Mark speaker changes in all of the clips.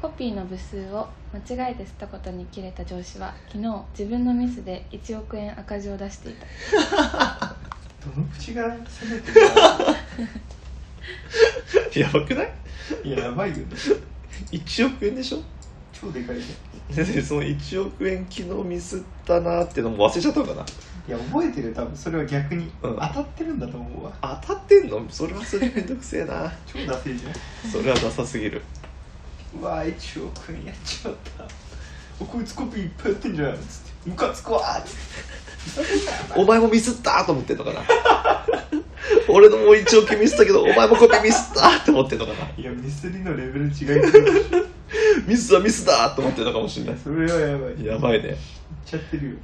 Speaker 1: コピーの部数を間違えて捨てたことに切れた上司は昨日自分のミスで1億円赤字を出していた
Speaker 2: どの口が攻めてるか
Speaker 3: やばくない
Speaker 2: いややばいよね
Speaker 3: ?1 億円でしょ
Speaker 2: 超でかいね
Speaker 3: 先生その1億円昨日ミスったなーってのも忘れちゃったのかない
Speaker 2: や覚えてるよ多分それは逆に、
Speaker 3: うん
Speaker 2: 当たってるんだと思うわ
Speaker 3: 当たってんのそれはそれめんどくせえな
Speaker 2: 超ダセえじゃん
Speaker 3: それはダサすぎる
Speaker 2: うわー1億円やっちまったおこいつコピーいっぱいやってんじゃんつってムカつくわーっつって
Speaker 3: お前もミスったと思ってんのかな俺のもう1億円ミスったけどお前もコピーミスったって思ってんのかない
Speaker 2: やミスりのレベル違いすぎる
Speaker 3: ミスはミスだと思ってんのかもしれない
Speaker 2: それはやばい
Speaker 3: や
Speaker 2: い
Speaker 3: ばいね
Speaker 2: っちゃってるよ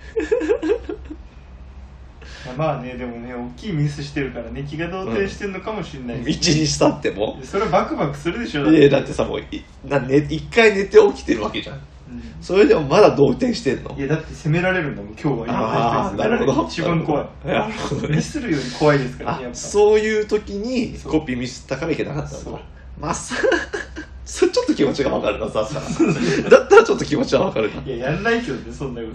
Speaker 2: いやまあねでもね大きいミスしてるからね気が動転してんのかもしれない、
Speaker 3: 道
Speaker 2: い
Speaker 3: にしたっても
Speaker 2: やそれはバクバクするでしょ
Speaker 3: いやだってさもういな、ね、一回寝て起きてるわけじゃん
Speaker 2: うん
Speaker 3: それでもまだ動転してんの
Speaker 2: いやだって責められるんだもん今日は
Speaker 3: ああ
Speaker 2: 今
Speaker 3: なるほど
Speaker 2: 一番怖い
Speaker 3: なるほどね
Speaker 2: ミスるより怖いですから
Speaker 3: あ
Speaker 2: ねやっぱ
Speaker 3: そういう時に
Speaker 2: そう
Speaker 3: コピーミスったからいけなかったん
Speaker 2: そう
Speaker 3: だまあさ それちょっと気持ちが分かるなさ さだったらちょっと気持ちは分かる
Speaker 2: いややんないけどねそんな こと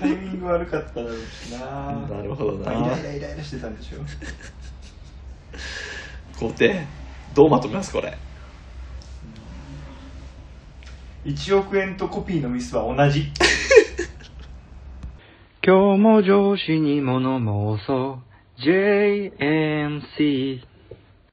Speaker 2: タイミング悪かっただろうしな
Speaker 3: ななるほどな
Speaker 2: イライライライラしてたんでしょ
Speaker 3: 工程どうまとめますこれ
Speaker 2: 1億円とコピーのミスは同じ
Speaker 4: 今日も上司に物申そう JMC